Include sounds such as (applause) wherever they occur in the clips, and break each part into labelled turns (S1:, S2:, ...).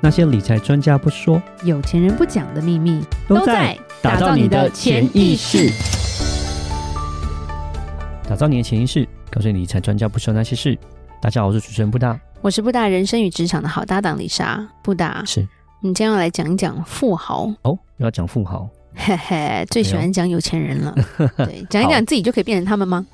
S1: 那些理财专家不说，
S2: 有钱人不讲的秘密
S1: 打造你的潜意识。打造你的潜意识，告诉你理财专家不说那些事。大家好，我是主持人布大，
S2: 我是布达人生与职场的好搭档李莎。布达，
S1: 是
S2: 我们今天要来讲一讲富豪，
S1: 哦，又要讲富豪， (laughs)
S2: 嘿嘿， (laughs) 最喜欢讲有钱人了。
S1: 哎
S2: 对，讲一
S1: 好
S2: 讲自己就可以变成他们吗？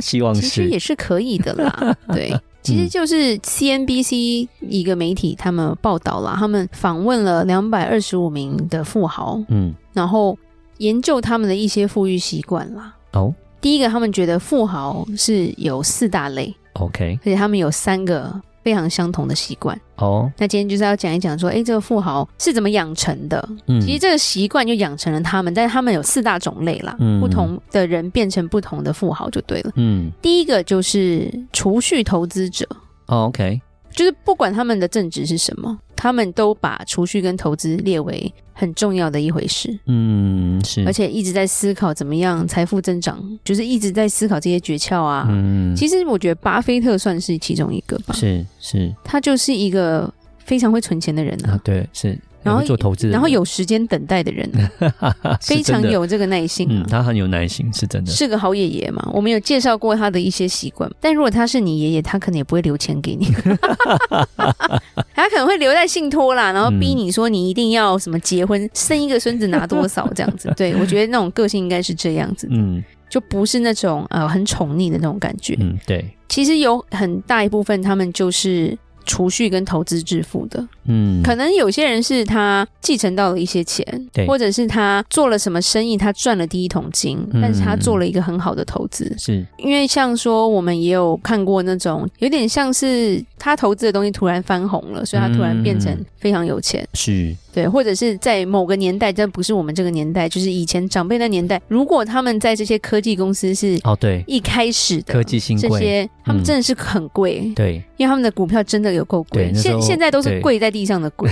S1: 希望
S2: 其实
S1: 嗯是
S2: 也是可以的
S1: (laughs)
S2: 啦。对，其实就是 CNBC 一个媒体他们报道啦，他们访问了两百二十五名的富豪，
S1: 嗯
S2: 然后研究他们的一些富裕习惯啦。
S1: 哦
S2: 第一个，他们觉得富豪是有四大类，
S1: ，OK
S2: 而且他们有三个非常相同的习惯。
S1: 哦，
S2: 那今天就是要讲一讲说，诶，这个富豪是怎么养成的？
S1: 嗯，
S2: 其实这个习惯就养成了他们，但是他们有四大种类啦，
S1: 嗯
S2: 不同的人变成不同的富豪就对了。
S1: 嗯
S2: 第一个就是储蓄投资者，
S1: 哦，OK
S2: 就是不管他们的正职是什么，他们都把储蓄跟投资列为很重要的一回事，
S1: 嗯是，
S2: 而且一直在思考怎么样财富增长，就是一直在思考这些诀窍啊。
S1: 嗯
S2: 其实我觉得巴菲特算是其中一个吧，
S1: 是是
S2: 他就是一个非常会存钱的人啊
S1: 啊，，对是，
S2: 然后
S1: 会做投资的人，啊
S2: 然后有时间等待的人啊、
S1: (laughs) 是
S2: 非常
S1: 真的，
S2: 有这个耐心、啊。
S1: 嗯，他很有耐心，是真的，
S2: 是个好爷爷嘛？我们有介绍过他的一些习惯，但如果他是你爷爷，他可能也不会留钱给你， (laughs) 他可能会留在信托啦，然后逼你说你一定要什么结婚、生一个孙子拿多少这样
S1: (laughs)
S2: 子。对我觉得那种个性应该是这样子，
S1: 嗯
S2: 就不是那种呃很宠溺的那种感觉。
S1: 嗯对，
S2: 其实有很大一部分他们就是。储蓄跟投资致富的，
S1: 嗯
S2: 可能有些人是他继承到了一些钱
S1: 对，
S2: 或者是他做了什么生意，他赚了第一桶金，
S1: 嗯
S2: 但是他做了一个很好的投资，
S1: 是
S2: 因为像说我们也有看过那种有点像是他投资的东西突然翻红了，所以他突然变成非常有钱，
S1: 是
S2: 对，或者是在某个年代，但不是我们这个年代，就是以前长辈那年代，如果他们在这些科技公司是
S1: 哦对，
S2: 一开始的
S1: 科技新
S2: 这
S1: 贵，
S2: 些，他们真的是很贵，
S1: 对
S2: 因为他们的股票真的有够
S1: 对
S2: 贵，
S1: 那时候
S2: 现现在都是
S1: 对
S2: 跪在地上的
S1: (laughs)
S2: 跪，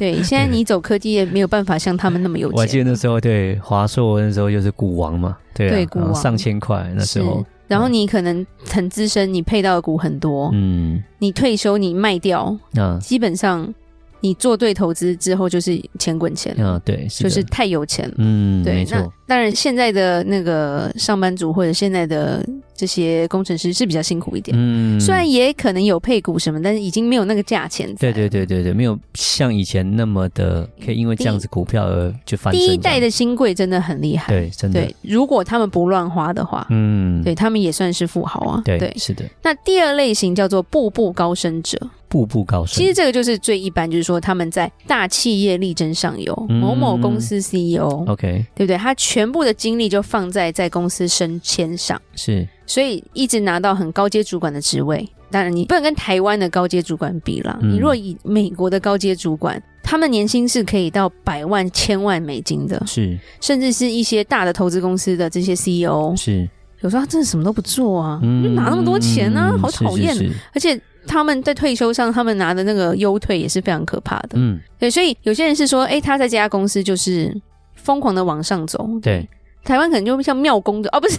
S2: 对，现在你走科技也没有办法像他们那么有
S1: 我还记
S2: 钱，
S1: 得那时候，对华硕那时候就是股王嘛，对啊，
S2: 对股
S1: 然后
S2: 王
S1: 上千块那时候
S2: 是，。然后你可能很资深，你配到的股很多，
S1: 嗯，
S2: 你退休你卖掉，
S1: 啊
S2: 基本上你做对投资之后就是钱滚钱了，
S1: 啊对，是
S2: 就
S1: 的
S2: 是太有钱了。
S1: 嗯，
S2: 对
S1: 没，
S2: 那
S1: 错，
S2: 当然，现在的那个上班族或者现在的这些工程师是比较辛苦一点，
S1: 嗯，
S2: 虽然也可能有配股什么，但是已经没有那个价钱在
S1: 对
S2: 了。
S1: 对对对对，没有像以前那么的可以因为这样子股票而就翻身
S2: 第
S1: 这样。
S2: 一代的新贵真的很厉害，
S1: 对，真的，
S2: 如果他们不乱花的话，
S1: 嗯，
S2: 对他们也算是富豪啊。
S1: 对是的，
S2: 那第二类型叫做步步高升者，
S1: 步步高升。
S2: 其实这个就是最一般，就是说他们在大企业力争上游，
S1: 嗯
S2: 某某公司 E CEO，、
S1: OK
S2: 对不对？他全部的精力就放在在公司升迁上，
S1: 是
S2: 所以一直拿到很高阶主管的职位。当然，你不能跟台湾的高阶主管比啦。
S1: 嗯
S2: 你若以美国的高阶主管，他们年薪是可以到百万、千万美金的，
S1: 是
S2: 甚至是一些大的投资公司的这些 CEO，
S1: 是，
S2: 有时候他真的什么都不做啊，
S1: 嗯
S2: 就拿那么多钱啊，好讨厌。
S1: 是是是
S2: 而且他们在退休上，他们拿的那个优退也是非常可怕的。
S1: 嗯，
S2: 对，所以有些人是说，诶，他在这家公司就是疯狂的往上走。
S1: 对，
S2: 台湾可能就像庙工的哦， (laughs) 不是，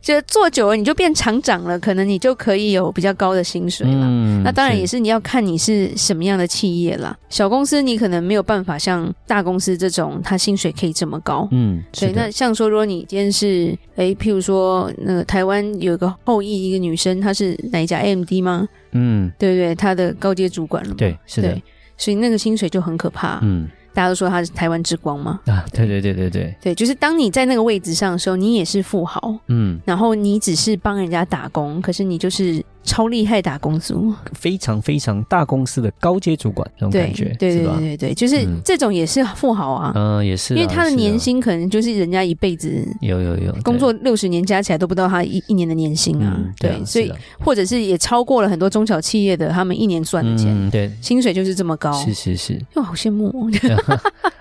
S2: 就是做久了你就变厂长了，可能你就可以有比较高的薪水了。
S1: 嗯
S2: 那当然也
S1: 是，
S2: 是你要看你是什么样的企业啦，小公司你可能没有办法像大公司这种，它薪水可以这么高。
S1: 嗯，
S2: 所以
S1: 是的
S2: 那像说，如果你今天是诶，譬如说那个台湾有一个后裔一个女生，她是哪一家 AMD 吗？
S1: 嗯，
S2: 对不对？她的高阶主管了嘛？
S1: 对，是的
S2: 对，所以那个薪水就很可怕。
S1: 嗯
S2: 大家都说她是台湾之光嘛。
S1: 啊，对对对对对，
S2: 对，就是当你在那个位置上的时候，你也是富豪，
S1: 嗯
S2: 然后你只是帮人家打工，可是你就是超厉害打工族，
S1: 非常非常大公司的高阶主管那种
S2: 对
S1: 感觉，
S2: 对
S1: 是
S2: 对
S1: 吧？
S2: 对对，就是
S1: 嗯
S2: 这种也是富豪啊，
S1: 嗯、也是啊、
S2: 因为他的
S1: 是啊
S2: 年薪可能就是人家一辈子
S1: 有有有
S2: 工作六十年加起来都不到他一一年的年薪
S1: 对
S2: 啊，
S1: 嗯，
S2: 对，
S1: 对啊，
S2: 所以
S1: 是啊
S2: 或者是也超过了很多中小企业的他们一年赚的钱，
S1: 嗯，对，
S2: 薪水就是这么高，
S1: 是是
S2: (laughs)
S1: 是，
S2: 哇，好羡慕、哦。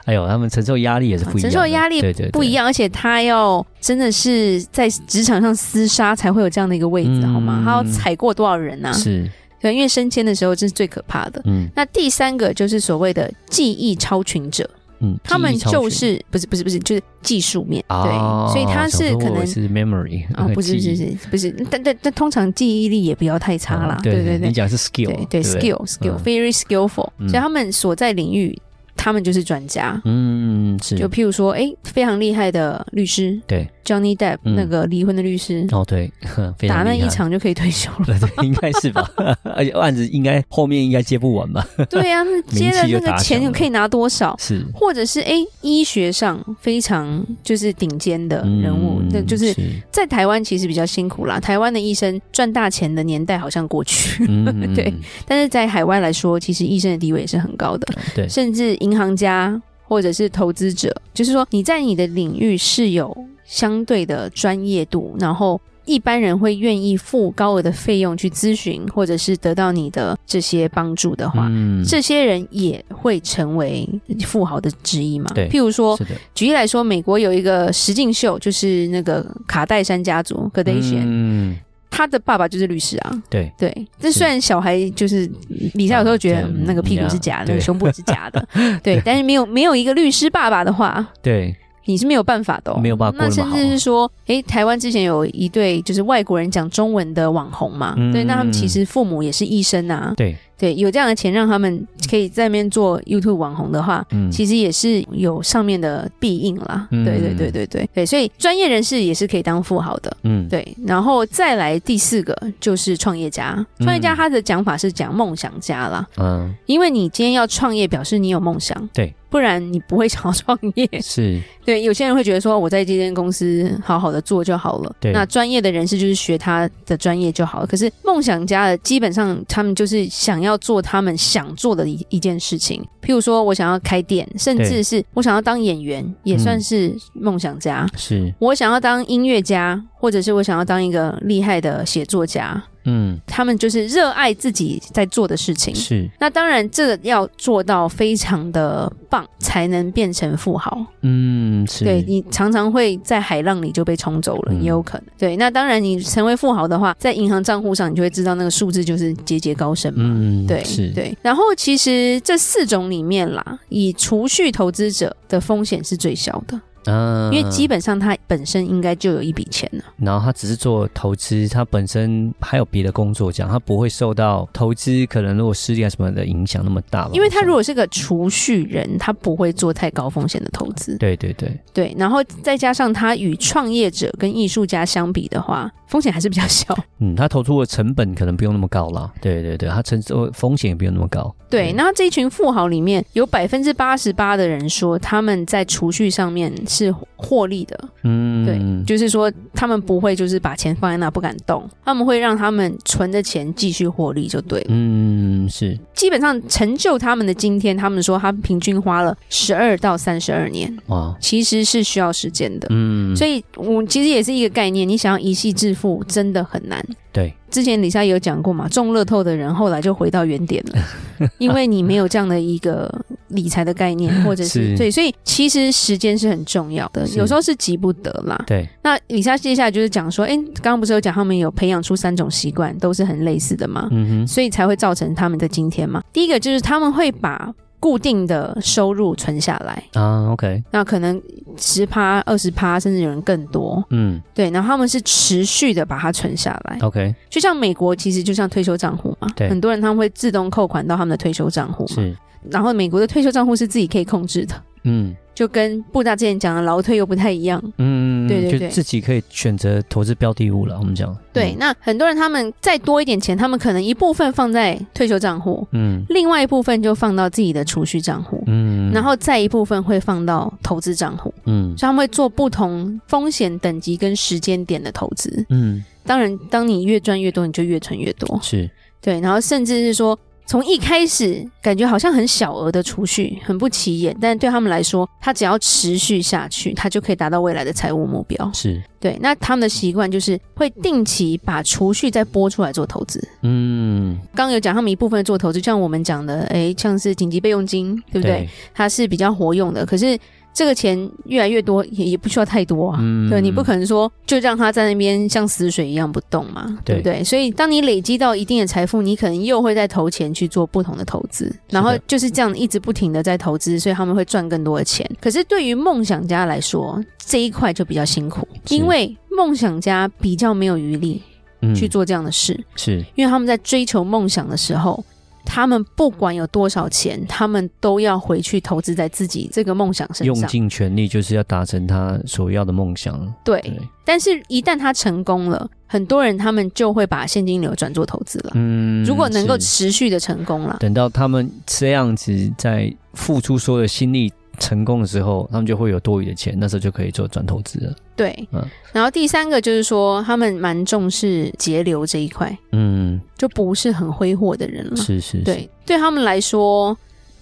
S1: 哎呦，他们承受压力也是不一样的，
S2: 啊承受压力
S1: 对对对
S2: 不一样，而且他要真的是在职场上厮杀才会有这样的一个位置，
S1: 嗯
S2: 好吗？他要踩过多少人啊？
S1: 是，
S2: 对，因为升迁的时候这是最可怕的。
S1: 嗯
S2: 那第三个就是所谓的技艺超群者，
S1: 嗯，
S2: 他们
S1: 记忆超
S2: 就
S1: 群
S2: 是不是不是不是就是技术面，
S1: 哦
S2: 对，所以他是
S1: 想
S2: 可
S1: 说我
S2: 能
S1: 是 memory (laughs)
S2: 哦，不是不
S1: 记
S2: 是
S1: 忆
S2: 不是不是，但但但通常记忆力也不要太差啦
S1: 哦，
S2: 对对
S1: 你
S2: 对
S1: 讲是 skill，
S2: 对对
S1: 不
S2: skill skill
S1: 嗯
S2: very skillful，
S1: 嗯
S2: 所以他们所在领域他们就是专家，
S1: 嗯是，
S2: 就譬如说，哎，非常厉害的律师，
S1: 对
S2: ，Johnny Depp
S1: 嗯
S2: 那个离婚的律师，
S1: 哦对， (laughs) 非常
S2: 打那
S1: 厉
S2: 一
S1: 害，
S2: 场就可以退休了。
S1: (laughs) 对应该是吧？ (laughs) 而且案子应该后面应该接不
S2: (laughs)
S1: 完吧？
S2: 对啊，那接
S1: 名
S2: 了那个钱，
S1: 气就打响了
S2: 你可以拿多少？
S1: 是
S2: 或者是哎，医学上非常就是顶尖的呃人
S1: 嗯
S2: 物，那、就是在台湾其实比较辛苦啦。台湾的医生赚大钱的年代好像过去， (laughs)
S1: 嗯
S2: 对
S1: 嗯
S2: 但是在海外来说，其实医生的地位也是很高的，
S1: 对
S2: 甚至银行家或者是投资者，就是说你在你的领域是有相对的专业度，然后。一般人会愿意付高额的费用去咨询，或者是得到你的这些帮助的话，
S1: 嗯
S2: 这些人也会成为富豪的之一嘛？
S1: 对
S2: 譬如说，
S1: 是的
S2: 举例来说，美国有一个石敬秀，就是那个卡戴珊家族 Kardashian，、
S1: 嗯
S2: 他的爸爸就是律师啊。
S1: 对
S2: 对，这
S1: 是
S2: 虽然小孩就是李夏有时候觉得、
S1: 啊对
S2: 嗯那个屁股是假的，
S1: 嗯
S2: 那
S1: 对
S2: 个胸部是
S1: (laughs)
S2: 假的，对，但是没有没有一个律师爸爸的话。
S1: 对
S2: 你是没有办法的、哦，
S1: 没有办法
S2: 那
S1: 过得那
S2: 甚
S1: 么好啊
S2: 至是说，诶，台湾之前有一对就是外国人讲中文的网红嘛，
S1: 嗯
S2: 对，那他们其实父母也是医生啊，
S1: 对
S2: 对，有这样的钱让他们可以在那边做 YouTube 网红的话，
S1: 嗯
S2: 其实也是有上面的必应啦。
S1: 嗯
S2: 对对对对对对，所以专业人士也是可以当富豪的。
S1: 嗯
S2: 对，然后再来第四个就是创业家。创业家
S1: 嗯
S2: 他的讲法是讲梦想家啦，
S1: 嗯
S2: 因为你今天要创业，表示你有梦想，
S1: 对，
S2: 不然你不会想要创业。
S1: 是
S2: 对，有些人会觉得说，我在这间公司好好的做就好了。
S1: 对
S2: 那专业的人士就是学他的专业就好了。可是梦想家的基本上他们就是想要做他们想做的一一件事情，譬如说我想要开店，甚至
S1: 对
S2: 是我想要当演员，也
S1: 嗯
S2: 算是梦想家。
S1: 是
S2: 我想要当音乐家，或者是我想要当一个厉害的写作家，
S1: 嗯
S2: 他们就是热爱自己在做的事情。
S1: 是
S2: 那当然，这个要做到非常的棒，才能变成富豪。
S1: 嗯是
S2: 对你常常会在海浪里就被冲走了，
S1: 嗯
S2: 也有可能。对，那当然，你成为富豪的话，在银行账户上你就会知道那个数字就是节节高升嘛。
S1: 嗯
S2: 对
S1: 是
S2: 对，然后其实这四种里面啦，以储蓄投资者的风险是最小的，
S1: 嗯哦
S2: 因为基本上他本身应该就有一笔钱了。
S1: 然后他只是做投资，他本身还有别的工作，这样他不会受到投资可能如果失恋什么的影响那么大吧？
S2: 因为他
S1: 我想
S2: 如果是个储蓄人，他不会做太高风险的投资。
S1: 对对对，
S2: 对，然后再加上他与创业者跟艺术家相比的话，风险还是比较小。
S1: 嗯，他投出的成本可能不用那么高啦，对对对，他承受呃风险也不用那么高，
S2: 对，那这一群富豪里面有百分之八十八的人说他们在储蓄上面是获利的，
S1: 嗯，
S2: 对，就是说他们不会就是把钱放在那不敢动，他们会让他们存的钱继续获利就对了。
S1: 嗯是，
S2: 基本上成就他们的今天，他们说他们平均花了十二到三十二年，
S1: 哇，
S2: 其实是需要时间的。
S1: 嗯，
S2: 所以我其实也是一个概念，你想要一夕致富真的很难。
S1: 对，
S2: 之前李莎也有讲过嘛，中乐透的人后来就回到原点了，
S1: (laughs)
S2: 因为你没有这样的一个理财的概念，或者是
S1: 是
S2: 对，所以其实时间是很重要的，
S1: 是
S2: 有时候是急不得啦。
S1: 对，
S2: 那李莎接下来就是讲说，哎，刚刚不是有讲他们有培养出三种习惯，都是很类似的嘛，
S1: 嗯哼，
S2: 所以才会造成他们的今天嘛。第一个就是他们会把固定的收入存下来，
S1: 啊，OK，
S2: 那可能十趴、二十趴，甚至有人更多，
S1: 嗯
S2: 对，然后他们是持续的把它存下来。
S1: ，OK，
S2: 就像美国其实就像退休账户嘛，
S1: 对
S2: 很多人他们会自动扣款到他们的退休账户嘛。
S1: 是，
S2: 然后美国的退休账户是自己可以控制的，
S1: 嗯
S2: 就跟布大之前讲的劳退又不太一样。
S1: 嗯，
S2: 对对
S1: 就
S2: 对
S1: 自己可以选择投资标的物了，我们讲，
S2: 对，那很多人他们再多一点钱，他们可能一部分放在退休账户，
S1: 嗯，
S2: 另外一部分就放到自己的储蓄账户。
S1: 嗯嗯，
S2: 然后再一部分会放到投资账户，
S1: 嗯
S2: 所以他们会做不同风险等级跟时间点的投资。
S1: 嗯
S2: 当然，当你越赚越多，你就越存越多。
S1: 是
S2: 对，然后甚至是说，从一开始感觉好像很小额的储蓄，很不起眼，但对他们来说，他只要持续下去，他就可以达到未来的财务目标。
S1: 是，
S2: 对，那他们的习惯就是会定期把储蓄再拨出来做投资。
S1: 嗯，
S2: 刚刚有讲他们一部分做投资，就像我们讲的，诶，像是紧急备用金，对不对？它是比较活用的，可是这个钱越来越多，也也不需要太多啊。
S1: 嗯
S2: 对，你不可能说就让它在那边像死水一样不动嘛，对不对？所以当你累积到一定的财富，你可能又会再投钱去做不同的投资，然后就是这样一直不停的在投资，所以他们会赚更多的钱。可是对于梦想家来说，这一块就比较辛苦，
S1: 是
S2: 因为梦想家比较没有余力
S1: 嗯
S2: 去做这样的事。
S1: 是
S2: 因为他们在追求梦想的时候，他们不管有多少钱，他们都要回去投资在自己这个梦想身
S1: 用
S2: 上。
S1: 尽全力，就是要达成他所要的梦想。
S2: 对，
S1: 对，
S2: 但是一旦他成功了，很多人他们就会把现金流转做投资了。
S1: 嗯
S2: 如果能够
S1: 是
S2: 持续的成功了，
S1: 等到他们这样子在付出所有的心力成功的时候，他们就会有多余的钱，那时候就可以做转投资了。
S2: 对。
S1: 嗯
S2: 然后第三个就是说，他们蛮重视节流这一块，
S1: 嗯，
S2: 就不是很挥霍的人了。
S1: 是是是，
S2: 嗯对，对他们来说，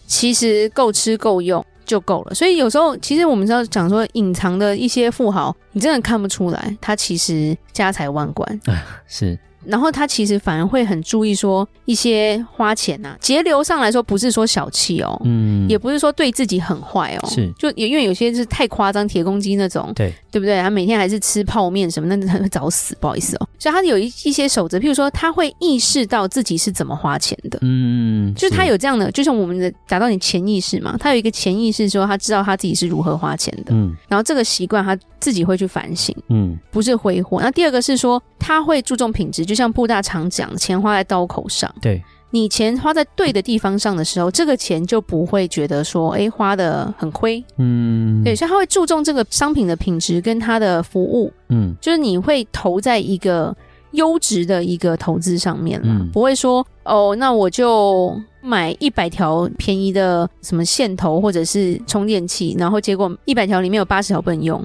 S2: 其实够吃够用就够了。所以有时候，其实我们知道讲说，隐藏的一些富豪，你真的看不出来，他其实家财万贯，
S1: 是
S2: 然后他其实反而会很注意说一些花钱呐、节流上来说，不是说小气哦，
S1: 嗯，
S2: 也不是说对自己很坏哦，
S1: 是
S2: 就也因为有些是太夸张，铁公鸡那种，
S1: 对
S2: 对不对？他每天还是吃泡面什么，那 (laughs) 很早死，不好意思哦。所以他有一一些守则，譬如说他会意识到自己是怎么花钱的。
S1: 嗯，
S2: 就是他
S1: 是
S2: 有这样的，就像我们的达到你潜意识嘛，他有一个潜意识说他知道他自己是如何花钱的，
S1: 嗯
S2: 然后这个习惯他自己会去反省，
S1: 嗯
S2: 不是挥霍。那第二个是说他会注重品质，就像布大常讲，钱花在刀口上，
S1: 对
S2: 你钱花在对的地方上的时候，这个钱就不会觉得说诶花的很亏，
S1: 嗯
S2: 对，所以他会注重这个商品的品质跟它的服务，
S1: 嗯
S2: 就是你会投在一个优质的一个投资上面啦，
S1: 嗯
S2: 不会说哦，那我就买一百条便宜的什么线头或者是充电器，然后结果一百条里面有八十条不能用，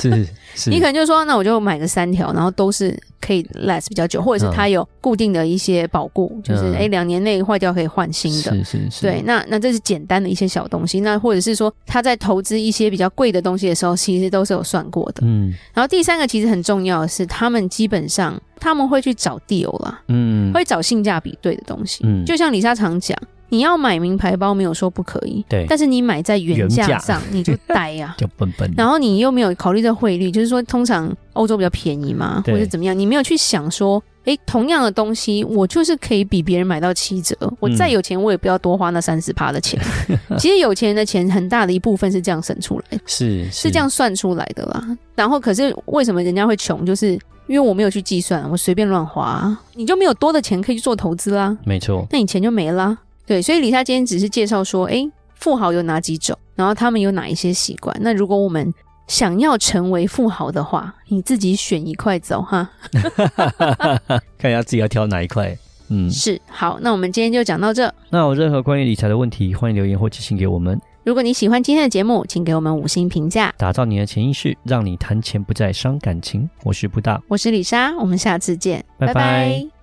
S1: 是是，
S2: (laughs) 你可能就说那我就买个三条，然后都是可以 last 比较久，或者是它有固定的一些保固，就是
S1: 嗯
S2: 哎两、年内坏掉可以换新
S1: 是
S2: 的。
S1: 是是，
S2: 对，，那那这是简单的一些小东西，那或者是说他在投资一些比较贵的东西的时候，其实都是有算过的。
S1: 嗯
S2: 然后第三个其实很重要的是，他们基本上他们会去找 deal 啦，
S1: 嗯
S2: 会找性价比对的东西。
S1: 嗯
S2: 就像李莎常讲，你要买名牌包没有说不可以，
S1: 对
S2: 但是你买在原
S1: 原
S2: 价
S1: 价
S2: 上你就呆啊
S1: (laughs)
S2: 呀、
S1: 就笨笨的，
S2: 然后你又没有考虑这汇率，就是说通常欧洲比较便宜嘛，或
S1: 对
S2: 者怎么样，你没有去想说，诶，同样的东西我就是可以比别人买到七折，我
S1: 嗯
S2: 再有钱我也不要多花那三十趴
S1: (laughs)
S2: 的钱。其实有钱人的钱很大的一部分是这样省出来的。
S1: 是
S2: 是这样，算出来的啦。然后可是为什么人家会穷，就是因为我没有去计算，我随便乱花啊，你就没有多的钱可以去做投资啦，
S1: 没错，
S2: 那你钱就没啦。对，所以李莎今天只是介绍说，诶，富豪有哪几种，然后他们有哪一些习惯。那如果我们想要成为富豪的话，你自己选一块走哈。
S1: 看一下自己要挑哪一块，嗯，
S2: 是，好，那我们今天就讲到这。
S1: 那有任何关于理财的问题，欢迎留言或寄信给我们。
S2: 如果你喜欢今天的节目，请给我们五星评价。
S1: 打造你的潜意识，让你谈钱不再伤感情。我是布大，
S2: 我是李莎，我们下次见，
S1: 拜拜
S2: 拜拜